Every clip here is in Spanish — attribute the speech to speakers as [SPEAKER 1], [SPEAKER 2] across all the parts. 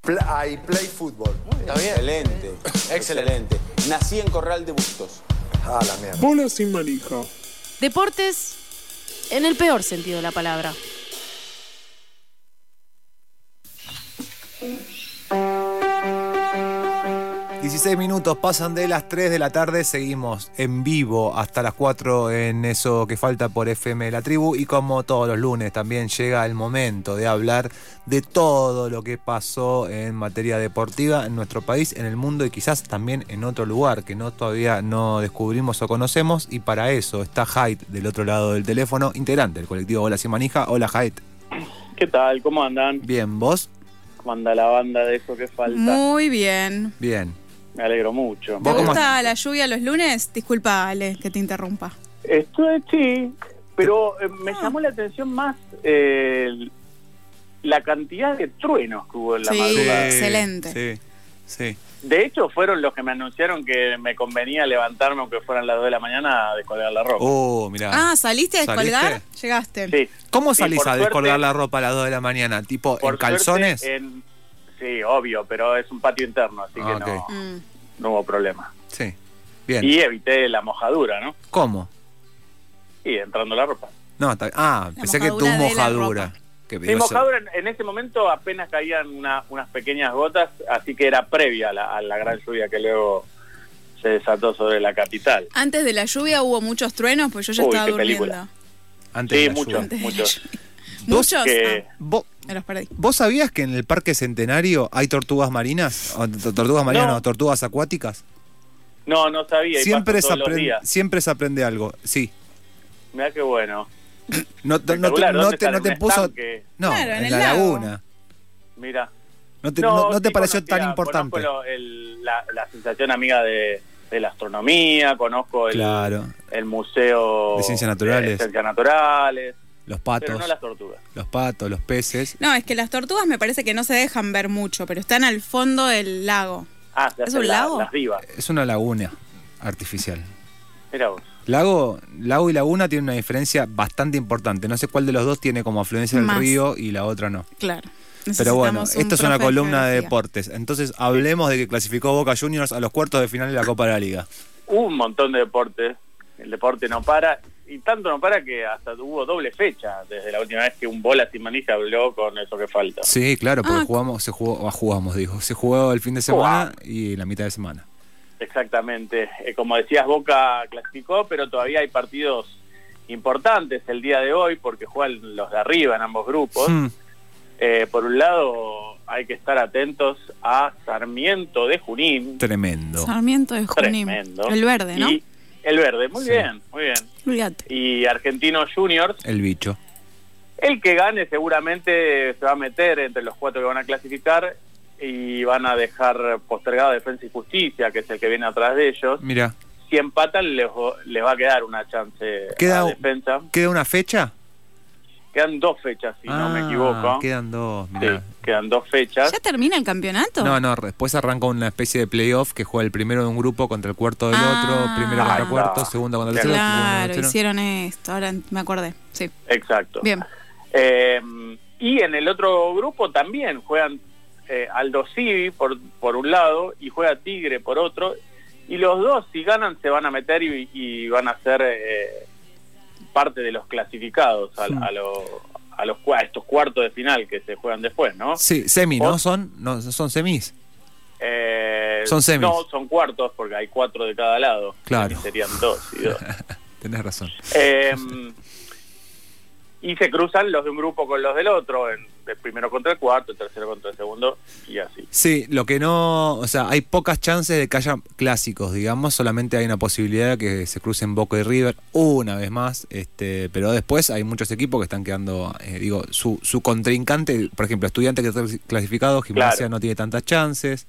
[SPEAKER 1] Pla- I play football.
[SPEAKER 2] ¿Está bien?
[SPEAKER 3] Excelente. Excelente. Nací en Corral de Bustos.
[SPEAKER 1] Ah, la mierda.
[SPEAKER 4] Bola sin manija.
[SPEAKER 5] Deportes en el peor sentido de la palabra.
[SPEAKER 6] Bien. 16 minutos pasan de las 3 de la tarde, seguimos en vivo hasta las 4 en eso que falta por FM La Tribu y como todos los lunes también llega el momento de hablar de todo lo que pasó en materia deportiva en nuestro país, en el mundo y quizás también en otro lugar que no todavía no descubrimos o conocemos y para eso está Hyde del otro lado del teléfono, integrante del colectivo Hola Sin Manija. Hola Hyde.
[SPEAKER 7] ¿Qué tal? ¿Cómo andan?
[SPEAKER 6] Bien, ¿vos?
[SPEAKER 7] ¿Cómo anda la banda de eso que falta?
[SPEAKER 8] Muy bien.
[SPEAKER 6] Bien.
[SPEAKER 7] Me alegro mucho.
[SPEAKER 8] ¿Te
[SPEAKER 6] ¿Vos cómo
[SPEAKER 8] gusta la lluvia los lunes? Disculpa, Ale, que te interrumpa.
[SPEAKER 7] Estoy, sí, pero eh,
[SPEAKER 6] Ah.
[SPEAKER 7] me llamó la atención más eh, el- la cantidad de truenos que hubo en la
[SPEAKER 8] Sí.
[SPEAKER 7] madrugada.
[SPEAKER 8] Excelente.
[SPEAKER 6] Sí, sí.
[SPEAKER 7] De hecho, fueron los que me anunciaron que me convenía levantarme aunque fueran las 2 de la mañana a descolgar la ropa.
[SPEAKER 6] Oh, mirá.
[SPEAKER 8] Ah, ¿saliste a descolgar?
[SPEAKER 6] ¿Saliste?
[SPEAKER 8] Llegaste.
[SPEAKER 7] Sí.
[SPEAKER 6] ¿Cómo
[SPEAKER 7] Sí,
[SPEAKER 6] salís
[SPEAKER 7] por
[SPEAKER 6] a descolgar
[SPEAKER 7] suerte-
[SPEAKER 6] la ropa a las 2 de la mañana? ¿Tipo
[SPEAKER 7] por
[SPEAKER 6] en calzones?
[SPEAKER 7] suerte, eh, en- sí, obvio, pero es un patio interno, así
[SPEAKER 6] Ah,
[SPEAKER 7] que no,
[SPEAKER 6] ok.
[SPEAKER 8] Mm.
[SPEAKER 7] no hubo problema.
[SPEAKER 6] Sí. Bien.
[SPEAKER 7] Y evité la mojadura, ¿no?
[SPEAKER 6] ¿Cómo?
[SPEAKER 7] Y entrando la ropa.
[SPEAKER 6] No, está- ah,
[SPEAKER 8] La
[SPEAKER 6] pensé que tu
[SPEAKER 8] mojadura de la
[SPEAKER 6] mojadura. Que
[SPEAKER 7] Sí,
[SPEAKER 6] iba a ser-
[SPEAKER 7] mojadura en, en ese momento apenas caían una- unas pequeñas gotas, así que era previa a la, a la gran lluvia que luego se desató sobre la capital.
[SPEAKER 8] Antes de la lluvia hubo muchos truenos, pues yo ya
[SPEAKER 7] Uy,
[SPEAKER 8] estaba
[SPEAKER 7] qué
[SPEAKER 8] durmiendo.
[SPEAKER 7] película.
[SPEAKER 6] Antes
[SPEAKER 7] Sí,
[SPEAKER 6] de la
[SPEAKER 7] muchos,
[SPEAKER 6] lluvia.
[SPEAKER 8] de la
[SPEAKER 7] muchos.
[SPEAKER 8] ¿Muchos?
[SPEAKER 7] que-
[SPEAKER 8] Ah,
[SPEAKER 6] ¿Vos,
[SPEAKER 8] me los perdí.
[SPEAKER 6] vos sabías que en el Parque Centenario hay tortugas marinas? O t- ¿Tortugas marinas no,
[SPEAKER 7] No.
[SPEAKER 6] tortugas acuáticas?
[SPEAKER 7] No, no sabía. y
[SPEAKER 6] Siempre
[SPEAKER 7] paso
[SPEAKER 6] se,
[SPEAKER 7] todos los
[SPEAKER 6] aprende-
[SPEAKER 7] días.
[SPEAKER 6] siempre se aprende algo, sí.
[SPEAKER 7] Mirá qué bueno.
[SPEAKER 6] No, te- no te,
[SPEAKER 7] Espectacular,
[SPEAKER 6] no
[SPEAKER 7] ¿dónde
[SPEAKER 6] te,
[SPEAKER 7] están?
[SPEAKER 6] no te
[SPEAKER 7] ¿En un
[SPEAKER 6] puso...
[SPEAKER 7] estanque?
[SPEAKER 6] No,
[SPEAKER 8] Claro,
[SPEAKER 6] en,
[SPEAKER 8] en el
[SPEAKER 6] la
[SPEAKER 8] lago.
[SPEAKER 6] laguna.
[SPEAKER 7] Mira.
[SPEAKER 6] No te, no- no te
[SPEAKER 7] sí
[SPEAKER 6] pareció
[SPEAKER 7] conocía,
[SPEAKER 6] tan importante.
[SPEAKER 7] Conozco lo- el- la, la sensación amiga de, de la astronomía, conozco el,
[SPEAKER 6] Claro,
[SPEAKER 7] el museo
[SPEAKER 6] De ciencias naturales.
[SPEAKER 7] de ciencias naturales,
[SPEAKER 6] los
[SPEAKER 7] pero
[SPEAKER 6] patos,
[SPEAKER 7] no las tortugas.
[SPEAKER 6] los patos, los peces.
[SPEAKER 8] No, es que las tortugas me parece que no se dejan ver mucho, pero están al fondo del lago.
[SPEAKER 7] Ah, se
[SPEAKER 8] ¿Es
[SPEAKER 7] hacen
[SPEAKER 8] un
[SPEAKER 7] la-
[SPEAKER 8] lago?
[SPEAKER 7] las divas.
[SPEAKER 6] Es una laguna artificial.
[SPEAKER 7] Mira vos.
[SPEAKER 6] Lago, lago y laguna tienen una diferencia bastante importante. No sé cuál de los dos tiene como afluencia el
[SPEAKER 8] Más.
[SPEAKER 6] río y la otra no.
[SPEAKER 8] Claro.
[SPEAKER 6] Pero bueno,
[SPEAKER 8] Necesitamos un
[SPEAKER 6] esto es una
[SPEAKER 8] profe
[SPEAKER 6] columna de
[SPEAKER 8] geografía.
[SPEAKER 6] deportes. Entonces hablemos de que clasificó Boca Juniors a los cuartos de final de la Copa de la Liga.
[SPEAKER 7] un montón de deportes. El deporte no para. Y tanto no para que hasta hubo doble fecha desde la última vez que un bola sin manija habló con eso que falta.
[SPEAKER 6] Sí, claro, porque
[SPEAKER 8] Ah.
[SPEAKER 6] jugamos, se jugó, ah, jugamos, dijo. Se jugó el fin de semana y la mitad de semana.
[SPEAKER 7] Exactamente. Eh, como decías, Boca clasificó, pero todavía hay partidos importantes el día de hoy porque juegan los de arriba en ambos grupos.
[SPEAKER 6] Hmm,
[SPEAKER 7] Eh, por un lado, hay que estar atentos a Sarmiento de Junín.
[SPEAKER 6] tremendo.
[SPEAKER 8] Sarmiento de Junín.
[SPEAKER 7] Tremendo.
[SPEAKER 8] El verde, ¿no?
[SPEAKER 7] Y el verde, muy
[SPEAKER 6] Sí.
[SPEAKER 7] bien, muy bien.
[SPEAKER 8] Olvídate.
[SPEAKER 7] Y Argentinos Juniors,
[SPEAKER 6] El bicho.
[SPEAKER 7] El que gane seguramente se va a meter entre los cuatro que van a clasificar y van a dejar postergada Defensa y Justicia, que es el que viene atrás de ellos.
[SPEAKER 6] Mira,
[SPEAKER 7] Si empatan, les, vo- les va a quedar una chance
[SPEAKER 6] Queda-
[SPEAKER 7] a Defensa.
[SPEAKER 6] ¿queda una fecha?
[SPEAKER 7] Quedan dos fechas, si no me
[SPEAKER 6] Ah,
[SPEAKER 7] equivoco.
[SPEAKER 6] Quedan dos,
[SPEAKER 7] Sí,
[SPEAKER 6] mirá.
[SPEAKER 7] quedan dos fechas.
[SPEAKER 8] ¿Ya termina el campeonato?
[SPEAKER 6] No, no, después arranca una especie de playoff que juega el primero de un grupo contra el cuarto del otro,
[SPEAKER 8] Ah.
[SPEAKER 6] primero contra
[SPEAKER 7] Ahí
[SPEAKER 6] el cuarto,
[SPEAKER 7] está.
[SPEAKER 6] segundo contra el tercero.
[SPEAKER 8] Claro,
[SPEAKER 6] segundo contra el tercero.
[SPEAKER 8] hicieron esto. Ahora me acordé. Sí.
[SPEAKER 7] Exacto.
[SPEAKER 8] Bien.
[SPEAKER 7] Eh, y en el otro grupo también juegan eh, Aldo Civi por, por un lado y juega Tigre por otro. Y los dos, si ganan, se van a meter y, y van a ser eh, parte de los clasificados a,
[SPEAKER 6] Sí.
[SPEAKER 7] a lo- a los, cua- a estos cuartos de final que se juegan después, ¿no?
[SPEAKER 6] Sí, semi, ¿no?
[SPEAKER 7] O-
[SPEAKER 6] Son, no, son semis.
[SPEAKER 7] Eh,
[SPEAKER 6] Son semis.
[SPEAKER 7] No, son cuartos porque hay cuatro de cada lado.
[SPEAKER 6] Claro.
[SPEAKER 7] Semis Serían dos y dos.
[SPEAKER 6] Tenés razón.
[SPEAKER 7] Eh, y se cruzan los de un grupo con los del otro, en, de primero contra el cuarto, el tercero contra el segundo, y así.
[SPEAKER 6] Sí, lo que no, o sea, hay pocas chances de que haya clásicos, digamos, solamente hay una posibilidad de que se crucen Boca y River una vez más, este, pero después hay muchos equipos que están quedando, eh, digo, su, su contrincante, por ejemplo, estudiante que está clasificado, gimnasia
[SPEAKER 7] Claro.
[SPEAKER 6] no tiene tantas chances,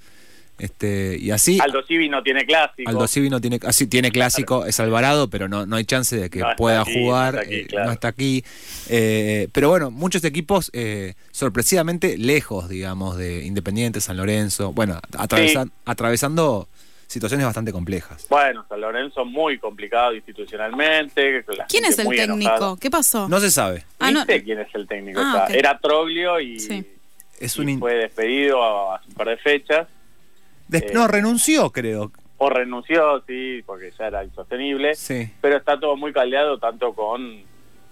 [SPEAKER 6] este, y así
[SPEAKER 7] Aldo Civi no tiene clásico.
[SPEAKER 6] Aldo Civi no tiene, así tiene clásico, es Alvarado, pero no, no hay chance de que
[SPEAKER 7] No está
[SPEAKER 6] pueda
[SPEAKER 7] aquí,
[SPEAKER 6] jugar,
[SPEAKER 7] no está aquí,
[SPEAKER 6] eh,
[SPEAKER 7] claro.
[SPEAKER 6] no está aquí. Eh, pero bueno, muchos equipos eh, sorpresivamente lejos, digamos, de Independiente, San Lorenzo, bueno, atravesa- atravesando situaciones bastante complejas.
[SPEAKER 7] Bueno, San Lorenzo muy complicado institucionalmente. la
[SPEAKER 8] ¿Quién
[SPEAKER 7] gente
[SPEAKER 8] es el
[SPEAKER 7] muy
[SPEAKER 8] técnico?
[SPEAKER 7] enojada.
[SPEAKER 8] ¿Qué pasó?
[SPEAKER 6] No se sabe.
[SPEAKER 8] Ah, no.
[SPEAKER 7] ¿Viste quién es el técnico?
[SPEAKER 8] Ah,
[SPEAKER 7] Está-
[SPEAKER 8] ok.
[SPEAKER 7] Era Troglio y
[SPEAKER 8] Sí.
[SPEAKER 6] Es
[SPEAKER 7] y
[SPEAKER 6] un in-
[SPEAKER 7] fue despedido a, a un par de fechas.
[SPEAKER 6] Des-
[SPEAKER 7] eh,
[SPEAKER 6] No, renunció, creo.
[SPEAKER 7] O renunció, sí, porque ya era insostenible.
[SPEAKER 6] Sí.
[SPEAKER 7] Pero está todo muy caldeado, tanto con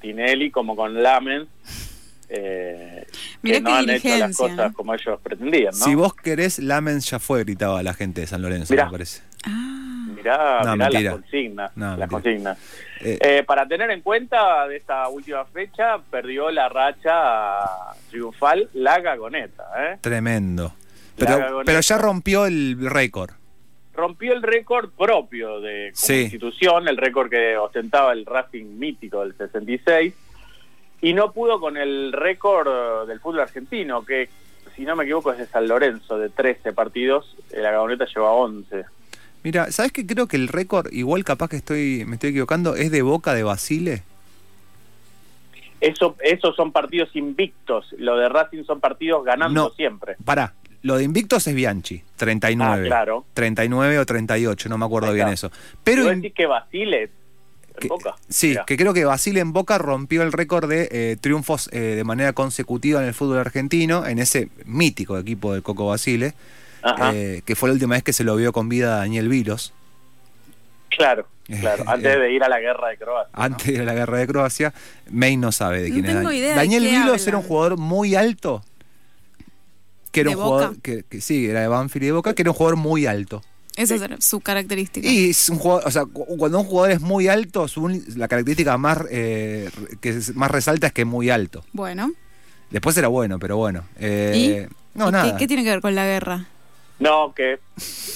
[SPEAKER 7] Tinelli como con Lamen. eh,
[SPEAKER 8] Mirá
[SPEAKER 7] que no
[SPEAKER 8] qué
[SPEAKER 7] han hecho las
[SPEAKER 8] dirigencia,
[SPEAKER 7] cosas
[SPEAKER 8] ¿no?
[SPEAKER 7] como ellos pretendían, ¿no?
[SPEAKER 6] Si vos querés, Lamen ya fue, gritaba la gente de San Lorenzo,
[SPEAKER 7] Mirá.
[SPEAKER 6] me parece.
[SPEAKER 8] Ah,
[SPEAKER 7] Mirá,
[SPEAKER 6] No,
[SPEAKER 7] mirá
[SPEAKER 6] mentira.
[SPEAKER 7] las consignas.
[SPEAKER 6] No,
[SPEAKER 7] las
[SPEAKER 6] mentira.
[SPEAKER 7] consignas.
[SPEAKER 6] Eh,
[SPEAKER 7] Eh, para tener en cuenta, de esta última fecha perdió la racha triunfal la gagoneta. ¿eh?
[SPEAKER 6] tremendo.
[SPEAKER 7] la
[SPEAKER 6] Pero,
[SPEAKER 7] Gagoneta.
[SPEAKER 6] pero ya rompió el récord.
[SPEAKER 7] Rompió el récord propio de
[SPEAKER 6] Sí.
[SPEAKER 7] Constitución, el récord que ostentaba el Racing mítico del 66, y no pudo con el récord del fútbol argentino, que si no me equivoco es de San Lorenzo, de 13 partidos, eh, la gagoneta lleva 11.
[SPEAKER 6] Mira, ¿sabes qué? Creo que el récord, igual capaz que estoy me estoy equivocando, es de Boca de Basile.
[SPEAKER 7] Eso, esos son partidos invictos, lo de Racing son partidos ganando
[SPEAKER 6] No.
[SPEAKER 7] siempre.
[SPEAKER 6] Pará, lo de Invictos es Bianchi, 39.
[SPEAKER 7] Ah, claro.
[SPEAKER 6] 39 o 38, no me acuerdo
[SPEAKER 7] Ahí
[SPEAKER 6] bien
[SPEAKER 7] está.
[SPEAKER 6] eso. Pero
[SPEAKER 7] ¿Vos
[SPEAKER 6] in-
[SPEAKER 7] decís que Basile en
[SPEAKER 6] que-
[SPEAKER 7] Boca?
[SPEAKER 6] sí,
[SPEAKER 7] Mirá.
[SPEAKER 6] que creo que Basile en Boca rompió el récord de eh, triunfos eh, de manera consecutiva en el fútbol argentino, en ese mítico equipo del Coco Basile,
[SPEAKER 7] Ajá,
[SPEAKER 6] eh, que fue la última vez que se lo vio con vida a Daniel Vilos,
[SPEAKER 7] claro, claro.
[SPEAKER 6] eh,
[SPEAKER 7] Antes
[SPEAKER 6] eh,
[SPEAKER 7] de ir a la guerra de Croacia. ¿no?
[SPEAKER 6] antes de la guerra de Croacia. May no sabe de
[SPEAKER 8] No
[SPEAKER 6] quién es
[SPEAKER 8] tengo
[SPEAKER 6] Daniel.
[SPEAKER 8] idea de
[SPEAKER 6] Daniel
[SPEAKER 8] qué
[SPEAKER 6] Vilos
[SPEAKER 8] hablan.
[SPEAKER 6] era un jugador muy alto. Que era
[SPEAKER 8] ¿De
[SPEAKER 6] un
[SPEAKER 8] Boca?
[SPEAKER 6] jugador que, que sí, era de Banfield y de Boca, que era un jugador muy alto.
[SPEAKER 8] esa es su característica.
[SPEAKER 6] Y es un jugador, o sea, cu- cuando un jugador es muy alto, su uni- la característica más eh, re- que es- más resalta es que es muy alto.
[SPEAKER 8] Bueno,
[SPEAKER 6] Después era bueno, pero bueno. Eh, No,
[SPEAKER 8] ¿y qué-
[SPEAKER 6] nada.
[SPEAKER 8] ¿Qué, tiene que ver con la guerra?
[SPEAKER 7] No, que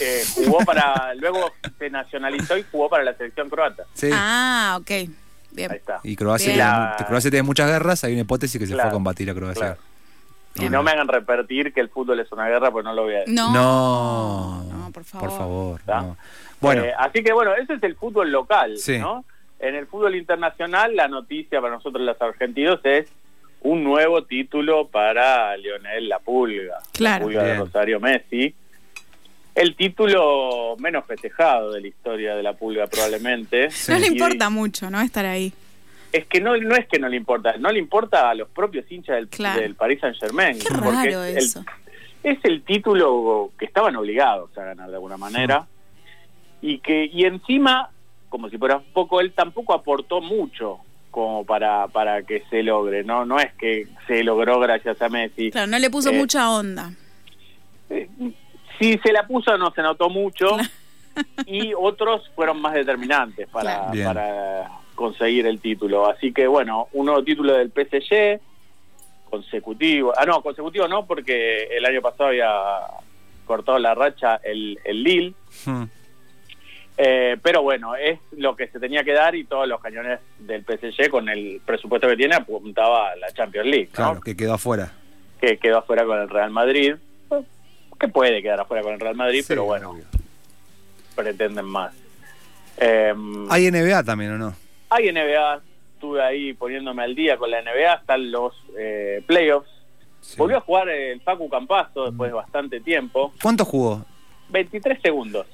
[SPEAKER 7] eh, jugó para. luego se nacionalizó y jugó para la selección croata.
[SPEAKER 6] Sí.
[SPEAKER 8] Ah, ok. Bien.
[SPEAKER 7] Ahí está.
[SPEAKER 6] Y Croacia,
[SPEAKER 8] Bien.
[SPEAKER 6] tiene mu- Croacia tiene muchas guerras, hay una hipótesis que se fue
[SPEAKER 7] Claro,
[SPEAKER 6] a combatir a Croacia.
[SPEAKER 7] claro. Y
[SPEAKER 6] Bien.
[SPEAKER 7] no me hagan repetir que el fútbol es una guerra, pues no lo voy a decir.
[SPEAKER 8] No.
[SPEAKER 6] No,
[SPEAKER 8] No, por favor.
[SPEAKER 6] Por favor.
[SPEAKER 7] ¿Está?
[SPEAKER 6] no. Bueno,
[SPEAKER 7] Eh, así que bueno, ese es el fútbol local,
[SPEAKER 6] Sí.
[SPEAKER 7] ¿no? En el fútbol internacional, la noticia para nosotros los argentinos es un nuevo título para Lionel La Pulga.
[SPEAKER 8] Claro.
[SPEAKER 7] La Pulga de
[SPEAKER 6] Bien.
[SPEAKER 7] Rosario Messi. El título menos festejado de la historia de La Pulga probablemente.
[SPEAKER 8] No le
[SPEAKER 7] Y
[SPEAKER 8] importa mucho, ¿no? Estar ahí.
[SPEAKER 7] Es que no, no es que no le importa, no le importa a los propios hinchas del,
[SPEAKER 8] Claro.
[SPEAKER 7] del Paris Saint Germain.
[SPEAKER 8] Qué raro
[SPEAKER 7] es
[SPEAKER 8] eso.
[SPEAKER 7] El, es el título que estaban obligados a ganar de alguna manera. Y que, y encima, como si fuera poco, él tampoco aportó mucho como para, para que se logre, ¿no? No es que se logró gracias a Messi.
[SPEAKER 8] Claro, no le puso
[SPEAKER 7] Eh,
[SPEAKER 8] mucha onda.
[SPEAKER 7] Eh, Si se la puso no se notó mucho. y otros fueron más determinantes para,
[SPEAKER 6] Claro. Bien.
[SPEAKER 7] para conseguir el título. Así que bueno, un nuevo título del PSG, consecutivo. Ah, no, consecutivo no, porque el año pasado había cortado la racha el, el Lille.
[SPEAKER 6] hmm,
[SPEAKER 7] Eh, pero bueno, es lo que se tenía que dar y todos los cañones del PSG con el presupuesto que tiene apuntaba a la Champions League, ¿no?
[SPEAKER 6] claro, que quedó afuera.
[SPEAKER 7] que quedó afuera con el Real Madrid. Pues, Que puede quedar afuera con el Real Madrid,
[SPEAKER 6] Sí,
[SPEAKER 7] pero bueno,
[SPEAKER 6] obvio.
[SPEAKER 7] pretenden más. Em,
[SPEAKER 6] Hay NBA también, ¿o no?
[SPEAKER 7] Hay NBA, estuve ahí poniéndome al día con la NBA, están los eh, playoffs.
[SPEAKER 6] Sí. Mm.
[SPEAKER 7] Volvió a jugar el Facu Campazo después de bastante tiempo,
[SPEAKER 6] ¿Cuánto jugó?
[SPEAKER 7] 23 segundos,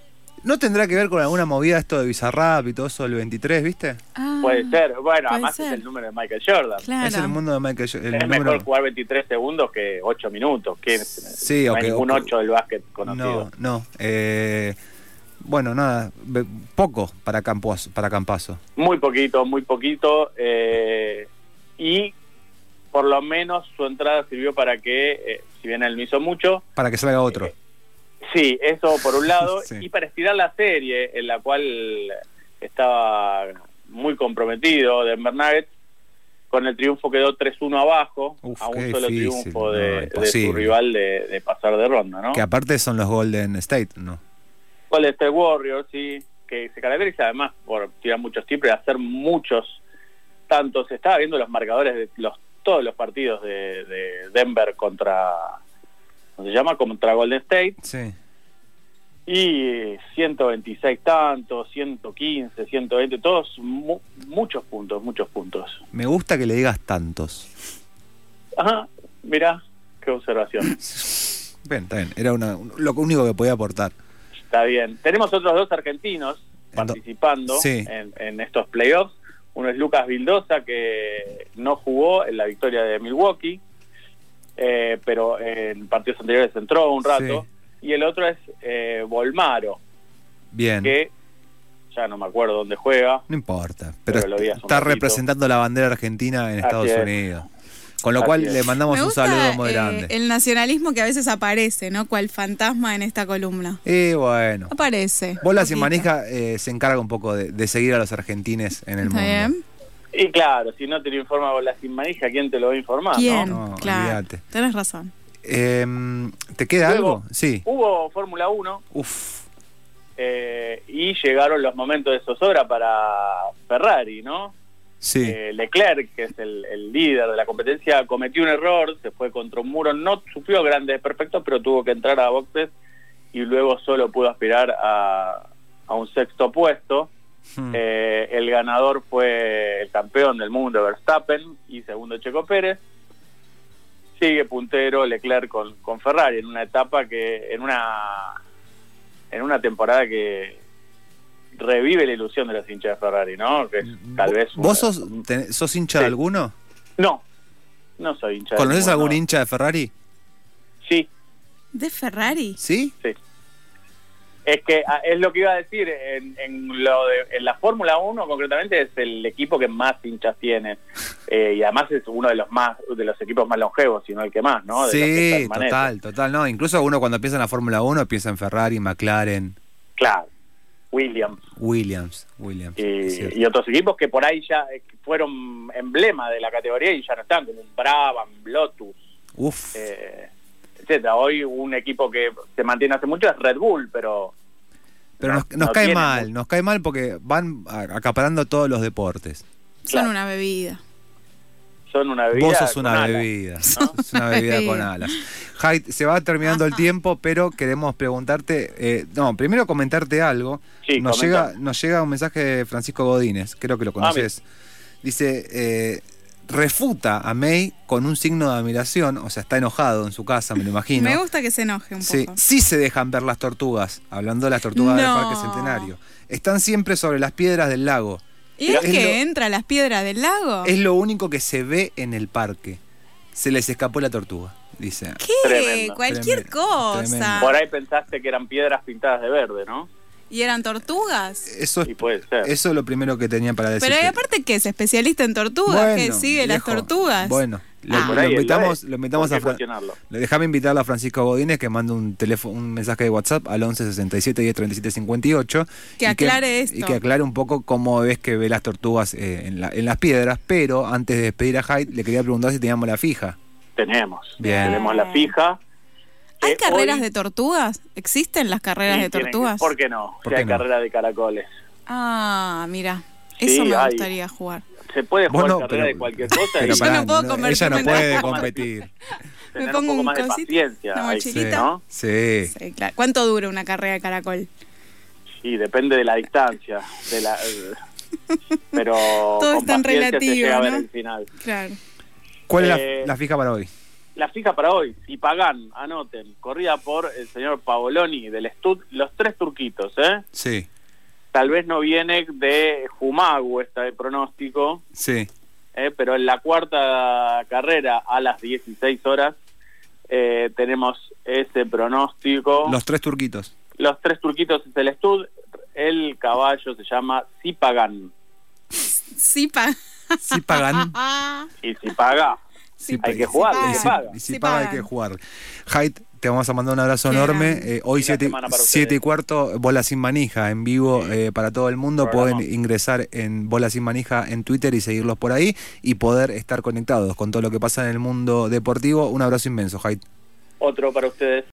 [SPEAKER 6] ¿No tendrá que ver con alguna movida esto de Bizarrap y todo eso del 23, viste?
[SPEAKER 8] Ah,
[SPEAKER 7] puede ser. Bueno,
[SPEAKER 8] puede
[SPEAKER 7] además es
[SPEAKER 8] ser.
[SPEAKER 7] el número de Michael Jordan.
[SPEAKER 8] Claro.
[SPEAKER 6] Es el mundo de Michael Jo- el
[SPEAKER 7] es
[SPEAKER 6] número-
[SPEAKER 7] mejor jugar 23 segundos que 8 minutos, que
[SPEAKER 6] Sí,
[SPEAKER 7] no
[SPEAKER 6] o que-
[SPEAKER 7] hay ningún
[SPEAKER 6] o que-
[SPEAKER 7] 8 del básquet
[SPEAKER 6] No,
[SPEAKER 7] conocido.
[SPEAKER 6] no. eh, bueno, nada, be- poco para Campos, para Campazo.
[SPEAKER 7] Muy poquito, muy poquito. eh, y por lo menos su entrada sirvió para que, eh, si bien él no hizo mucho,
[SPEAKER 6] Para que salga otro.
[SPEAKER 7] Eh, Sí, eso por un lado.
[SPEAKER 6] Sí.
[SPEAKER 7] Y para estirar la serie, en la cual estaba muy comprometido Denver Nuggets, con el triunfo quedó 3-1 abajo,
[SPEAKER 6] Uf,
[SPEAKER 7] a un
[SPEAKER 6] qué
[SPEAKER 7] solo
[SPEAKER 6] difícil,
[SPEAKER 7] triunfo
[SPEAKER 6] no,
[SPEAKER 7] de, de su
[SPEAKER 6] imposible.
[SPEAKER 7] rival de, de pasar de ronda, ¿no?
[SPEAKER 6] Que aparte son los Golden State, ¿no?
[SPEAKER 7] Gol de este Warriors, sí, que se caracteriza además por tirar muchos tipos, hacer muchos tantos. Estaba viendo los marcadores de los todos los partidos de, de Denver contra, ¿cómo se llama? Contra Golden State.
[SPEAKER 6] Sí.
[SPEAKER 7] Y 126 tantos, 115, 120, todos mu- muchos puntos, muchos puntos.
[SPEAKER 6] Me gusta que le digas tantos.
[SPEAKER 7] Ajá, mirá, qué observación.
[SPEAKER 6] Bien, está bien. Era una- lo único que podía aportar.
[SPEAKER 7] Está bien. Tenemos otros dos argentinos participando
[SPEAKER 6] Sí.
[SPEAKER 7] en, en estos playoffs. Uno es Lucas Vildosa, que no jugó en la victoria de Milwaukee. eh, pero en partidos anteriores entró un rato. Y el otro es eh, Volmaro,
[SPEAKER 6] Bien.
[SPEAKER 7] que ya no me acuerdo dónde juega.
[SPEAKER 6] No importa, pero,
[SPEAKER 7] Pero lo vi hace un
[SPEAKER 6] está
[SPEAKER 7] ratito.
[SPEAKER 6] representando la bandera argentina en Estados
[SPEAKER 7] es.
[SPEAKER 6] Unidos. Con lo
[SPEAKER 7] Así
[SPEAKER 6] cual
[SPEAKER 7] es.
[SPEAKER 6] le mandamos
[SPEAKER 8] Me
[SPEAKER 6] un
[SPEAKER 8] gusta,
[SPEAKER 6] saludo muy
[SPEAKER 8] eh,
[SPEAKER 6] grande.
[SPEAKER 8] el nacionalismo que a veces aparece, ¿no? Cual fantasma en esta columna.
[SPEAKER 6] Y bueno.
[SPEAKER 8] Aparece.
[SPEAKER 6] Bola sin
[SPEAKER 8] Poquito.
[SPEAKER 6] manija eh, se encarga un poco de, de seguir a los argentines en el
[SPEAKER 8] ¿Está
[SPEAKER 6] mundo.
[SPEAKER 8] bien?
[SPEAKER 7] Y claro, si no te lo informa con la sin manija, ¿quién te lo va a informar? Ah, no?
[SPEAKER 8] ¿Quién?
[SPEAKER 6] No,
[SPEAKER 8] claro.
[SPEAKER 6] olvídate.
[SPEAKER 8] Tenés razón.
[SPEAKER 6] Em, ¿Te queda
[SPEAKER 7] Luego, uh,
[SPEAKER 6] algo? Sí.
[SPEAKER 7] Hubo Fórmula 1
[SPEAKER 6] Uf.
[SPEAKER 7] eh, y llegaron los momentos de zozobra para Ferrari, ¿no?
[SPEAKER 6] Sí.
[SPEAKER 7] Eh, Leclerc, que es el, el líder de la competencia, cometió un error, se fue contra un muro, no sufrió grandes desperfectos, pero tuvo que entrar a boxes y luego solo pudo aspirar a, a un sexto puesto.
[SPEAKER 6] Hmm.
[SPEAKER 7] Eh, el ganador fue el campeón del mundo, Verstappen, y segundo Checo Pérez. Sigue puntero Leclerc con, con Ferrari en una etapa que, en una, en una temporada que revive la ilusión de los hinchas de Ferrari, ¿no? Que es tal vez... una-
[SPEAKER 6] Mm, ¿Vos sos, ten- sos hincha de
[SPEAKER 7] Sí.
[SPEAKER 6] alguno?
[SPEAKER 7] No, no soy hincha. de
[SPEAKER 6] ¿Conoces
[SPEAKER 7] ninguno.
[SPEAKER 6] algún hincha de Ferrari?
[SPEAKER 7] Sí,
[SPEAKER 8] ¿De Ferrari?
[SPEAKER 6] ¿Sí?
[SPEAKER 7] es que ah, es lo que iba a decir, en, en lo de, en la Fórmula 1 concretamente es el equipo que más hinchas tiene eh, y además es uno de los más de los equipos más longevos, sino el que más, ¿no? De los que
[SPEAKER 6] sí,
[SPEAKER 7] permanecen.
[SPEAKER 6] total, total. No, incluso uno cuando piensa en la Fórmula 1 piensa en Ferrari, McLaren,
[SPEAKER 7] Claro, Williams
[SPEAKER 6] Williams, Williams. es cierto.
[SPEAKER 7] y, y otros equipos que por ahí ya eh, fueron emblema de la categoría y ya no están, como un Brabham, Lotus,
[SPEAKER 6] Uf.
[SPEAKER 7] eh, etcétera. Hoy un equipo que se mantiene hace mucho es Red Bull, pero
[SPEAKER 6] Pero
[SPEAKER 7] no-
[SPEAKER 6] nos, nos
[SPEAKER 7] no
[SPEAKER 6] cae
[SPEAKER 7] tienen
[SPEAKER 6] mal,
[SPEAKER 7] mucho.
[SPEAKER 6] nos cae mal porque van a- acaparando todos los deportes.
[SPEAKER 8] Son
[SPEAKER 7] Claro.
[SPEAKER 8] una bebida.
[SPEAKER 7] son una bebida.
[SPEAKER 6] Vos sos una
[SPEAKER 7] con alas.
[SPEAKER 6] bebida. Sos una bebida con
[SPEAKER 8] bebida.
[SPEAKER 6] alas. Hyde, se va terminando el tiempo, pero queremos preguntarte. eh, no, primero comentarte algo.
[SPEAKER 7] Sí,
[SPEAKER 6] nos,
[SPEAKER 7] comentá.
[SPEAKER 6] llega, nos llega un mensaje de Francisco Godínez, creo que lo
[SPEAKER 7] Ah,
[SPEAKER 6] conoces. Dice: eh, refuta a May con un signo de admiración, o sea, está enojado en su casa, me lo imagino.
[SPEAKER 8] Me gusta que se enoje un
[SPEAKER 6] Sí,
[SPEAKER 8] poco.
[SPEAKER 6] sí se dejan ver las tortugas, hablando de las tortugas del
[SPEAKER 8] No.
[SPEAKER 6] Parque Centenario. Están siempre sobre las piedras del lago.
[SPEAKER 8] ¿Y es,
[SPEAKER 6] Es
[SPEAKER 8] que
[SPEAKER 6] lo-
[SPEAKER 8] entra a las piedras del lago?
[SPEAKER 6] Es lo único que se ve en el parque. Se les escapó la tortuga, dice.
[SPEAKER 8] ¿Qué?
[SPEAKER 7] Tremendo.
[SPEAKER 8] Cualquier
[SPEAKER 6] Tremendo,
[SPEAKER 8] cosa.
[SPEAKER 6] tremendo.
[SPEAKER 7] Por ahí pensaste que eran piedras pintadas de verde, ¿no?
[SPEAKER 8] ¿Y eran tortugas?
[SPEAKER 6] Eso es,
[SPEAKER 7] Y puede ser.
[SPEAKER 6] eso es lo primero Eh, que tenía para decir.
[SPEAKER 8] Pero ¿y aparte que es especialista en tortugas, que sigue las
[SPEAKER 6] viejo,
[SPEAKER 8] tortugas.
[SPEAKER 6] Bueno, lo,
[SPEAKER 8] Ah.
[SPEAKER 6] lo
[SPEAKER 7] Por ahí él lo
[SPEAKER 6] invitamos,
[SPEAKER 7] es.
[SPEAKER 6] lo invitamos
[SPEAKER 7] ¿Por qué
[SPEAKER 6] a Fra-
[SPEAKER 7] cuestionarlo?
[SPEAKER 6] le- Dejame invitarla a Francisco Godínez que manda un teléfono, un mensaje de WhatsApp al 11 67 10 37 58
[SPEAKER 8] Que
[SPEAKER 6] y
[SPEAKER 8] aclare esto.
[SPEAKER 6] y que aclare un poco cómo es que ve las tortugas eh, en, la- en las piedras. Pero antes de despedir a Hyde le quería preguntar si teníamos la fija.
[SPEAKER 7] Tenemos.
[SPEAKER 6] Bien.
[SPEAKER 7] Tenemos la fija.
[SPEAKER 8] ¿Hay
[SPEAKER 7] Eh,
[SPEAKER 8] carreras
[SPEAKER 7] hoy-
[SPEAKER 8] de tortugas? ¿Existen las carreras
[SPEAKER 7] Sí,
[SPEAKER 8] de
[SPEAKER 7] tienen que-
[SPEAKER 8] tortugas?
[SPEAKER 7] ¿Por qué no?
[SPEAKER 6] ¿Por qué
[SPEAKER 7] Si hay
[SPEAKER 6] no?
[SPEAKER 7] carrera de caracoles.
[SPEAKER 8] Ah, mira.
[SPEAKER 7] Sí,
[SPEAKER 8] Eso me
[SPEAKER 7] hay.
[SPEAKER 8] gustaría jugar.
[SPEAKER 7] Se puede
[SPEAKER 6] Vos
[SPEAKER 7] jugar
[SPEAKER 6] no,
[SPEAKER 7] carrera
[SPEAKER 6] pero-
[SPEAKER 7] de cualquier cosa ¿eh?
[SPEAKER 6] pero
[SPEAKER 7] y
[SPEAKER 8] Yo no
[SPEAKER 6] pará,
[SPEAKER 8] puedo
[SPEAKER 6] ella
[SPEAKER 8] convertirme
[SPEAKER 6] no
[SPEAKER 8] en
[SPEAKER 6] puede
[SPEAKER 8] una-
[SPEAKER 6] competir.
[SPEAKER 7] tener
[SPEAKER 8] me pongo
[SPEAKER 7] un poco
[SPEAKER 8] un
[SPEAKER 7] más de
[SPEAKER 8] cosito,
[SPEAKER 7] paciencia.
[SPEAKER 8] una
[SPEAKER 7] ahí,
[SPEAKER 8] mochilita.
[SPEAKER 7] ¿no?
[SPEAKER 6] Sí.
[SPEAKER 8] Sí, claro. ¿Cuánto dura una carrera de caracol?
[SPEAKER 7] Sí, depende de la distancia. De la, eh, pero
[SPEAKER 8] Todo
[SPEAKER 7] con
[SPEAKER 8] es tan
[SPEAKER 7] paciencia
[SPEAKER 8] relativo,
[SPEAKER 7] se llega a ver
[SPEAKER 8] ¿no?
[SPEAKER 7] el final.
[SPEAKER 8] Claro.
[SPEAKER 6] ¿Cuál es la-
[SPEAKER 7] Eh,
[SPEAKER 6] la fija para hoy?
[SPEAKER 7] La fija para hoy, si pagan, anoten, corrida por el señor Paoloni del Stud, los tres turquitos, ¿eh?
[SPEAKER 6] Sí,
[SPEAKER 7] Tal vez no viene de Jumagu está de pronóstico,
[SPEAKER 6] sí.
[SPEAKER 7] eh, pero en la cuarta carrera a las 16 horas eh, tenemos ese pronóstico.
[SPEAKER 6] Los tres turquitos.
[SPEAKER 7] Los tres turquitos es el Stud, el caballo se llama Zipagán
[SPEAKER 8] Sí, pa-
[SPEAKER 6] Si pagan.
[SPEAKER 8] Ah,
[SPEAKER 7] y Zipaga.
[SPEAKER 6] si
[SPEAKER 7] Hay que jugar,
[SPEAKER 8] pagan.
[SPEAKER 6] pues, Y
[SPEAKER 7] se
[SPEAKER 6] si,
[SPEAKER 7] paga.
[SPEAKER 6] y si
[SPEAKER 8] Sí
[SPEAKER 6] paga, hay
[SPEAKER 8] pagan.
[SPEAKER 6] que jugar. Hyde, te vamos a mandar un abrazo
[SPEAKER 8] Qué
[SPEAKER 6] enorme.
[SPEAKER 8] grande.
[SPEAKER 6] Eh, hoy
[SPEAKER 7] Linda
[SPEAKER 6] 7
[SPEAKER 7] semana para
[SPEAKER 6] y
[SPEAKER 7] ustedes.
[SPEAKER 6] cuarto, Bola Sin Manija, en vivo eh, para todo el mundo.
[SPEAKER 7] Programa.
[SPEAKER 6] Pueden ingresar en Bola Sin Manija en Twitter y seguirlos por ahí y poder estar conectados con todo lo que pasa en el mundo deportivo. Un abrazo inmenso, Hyde.
[SPEAKER 7] Otro para ustedes.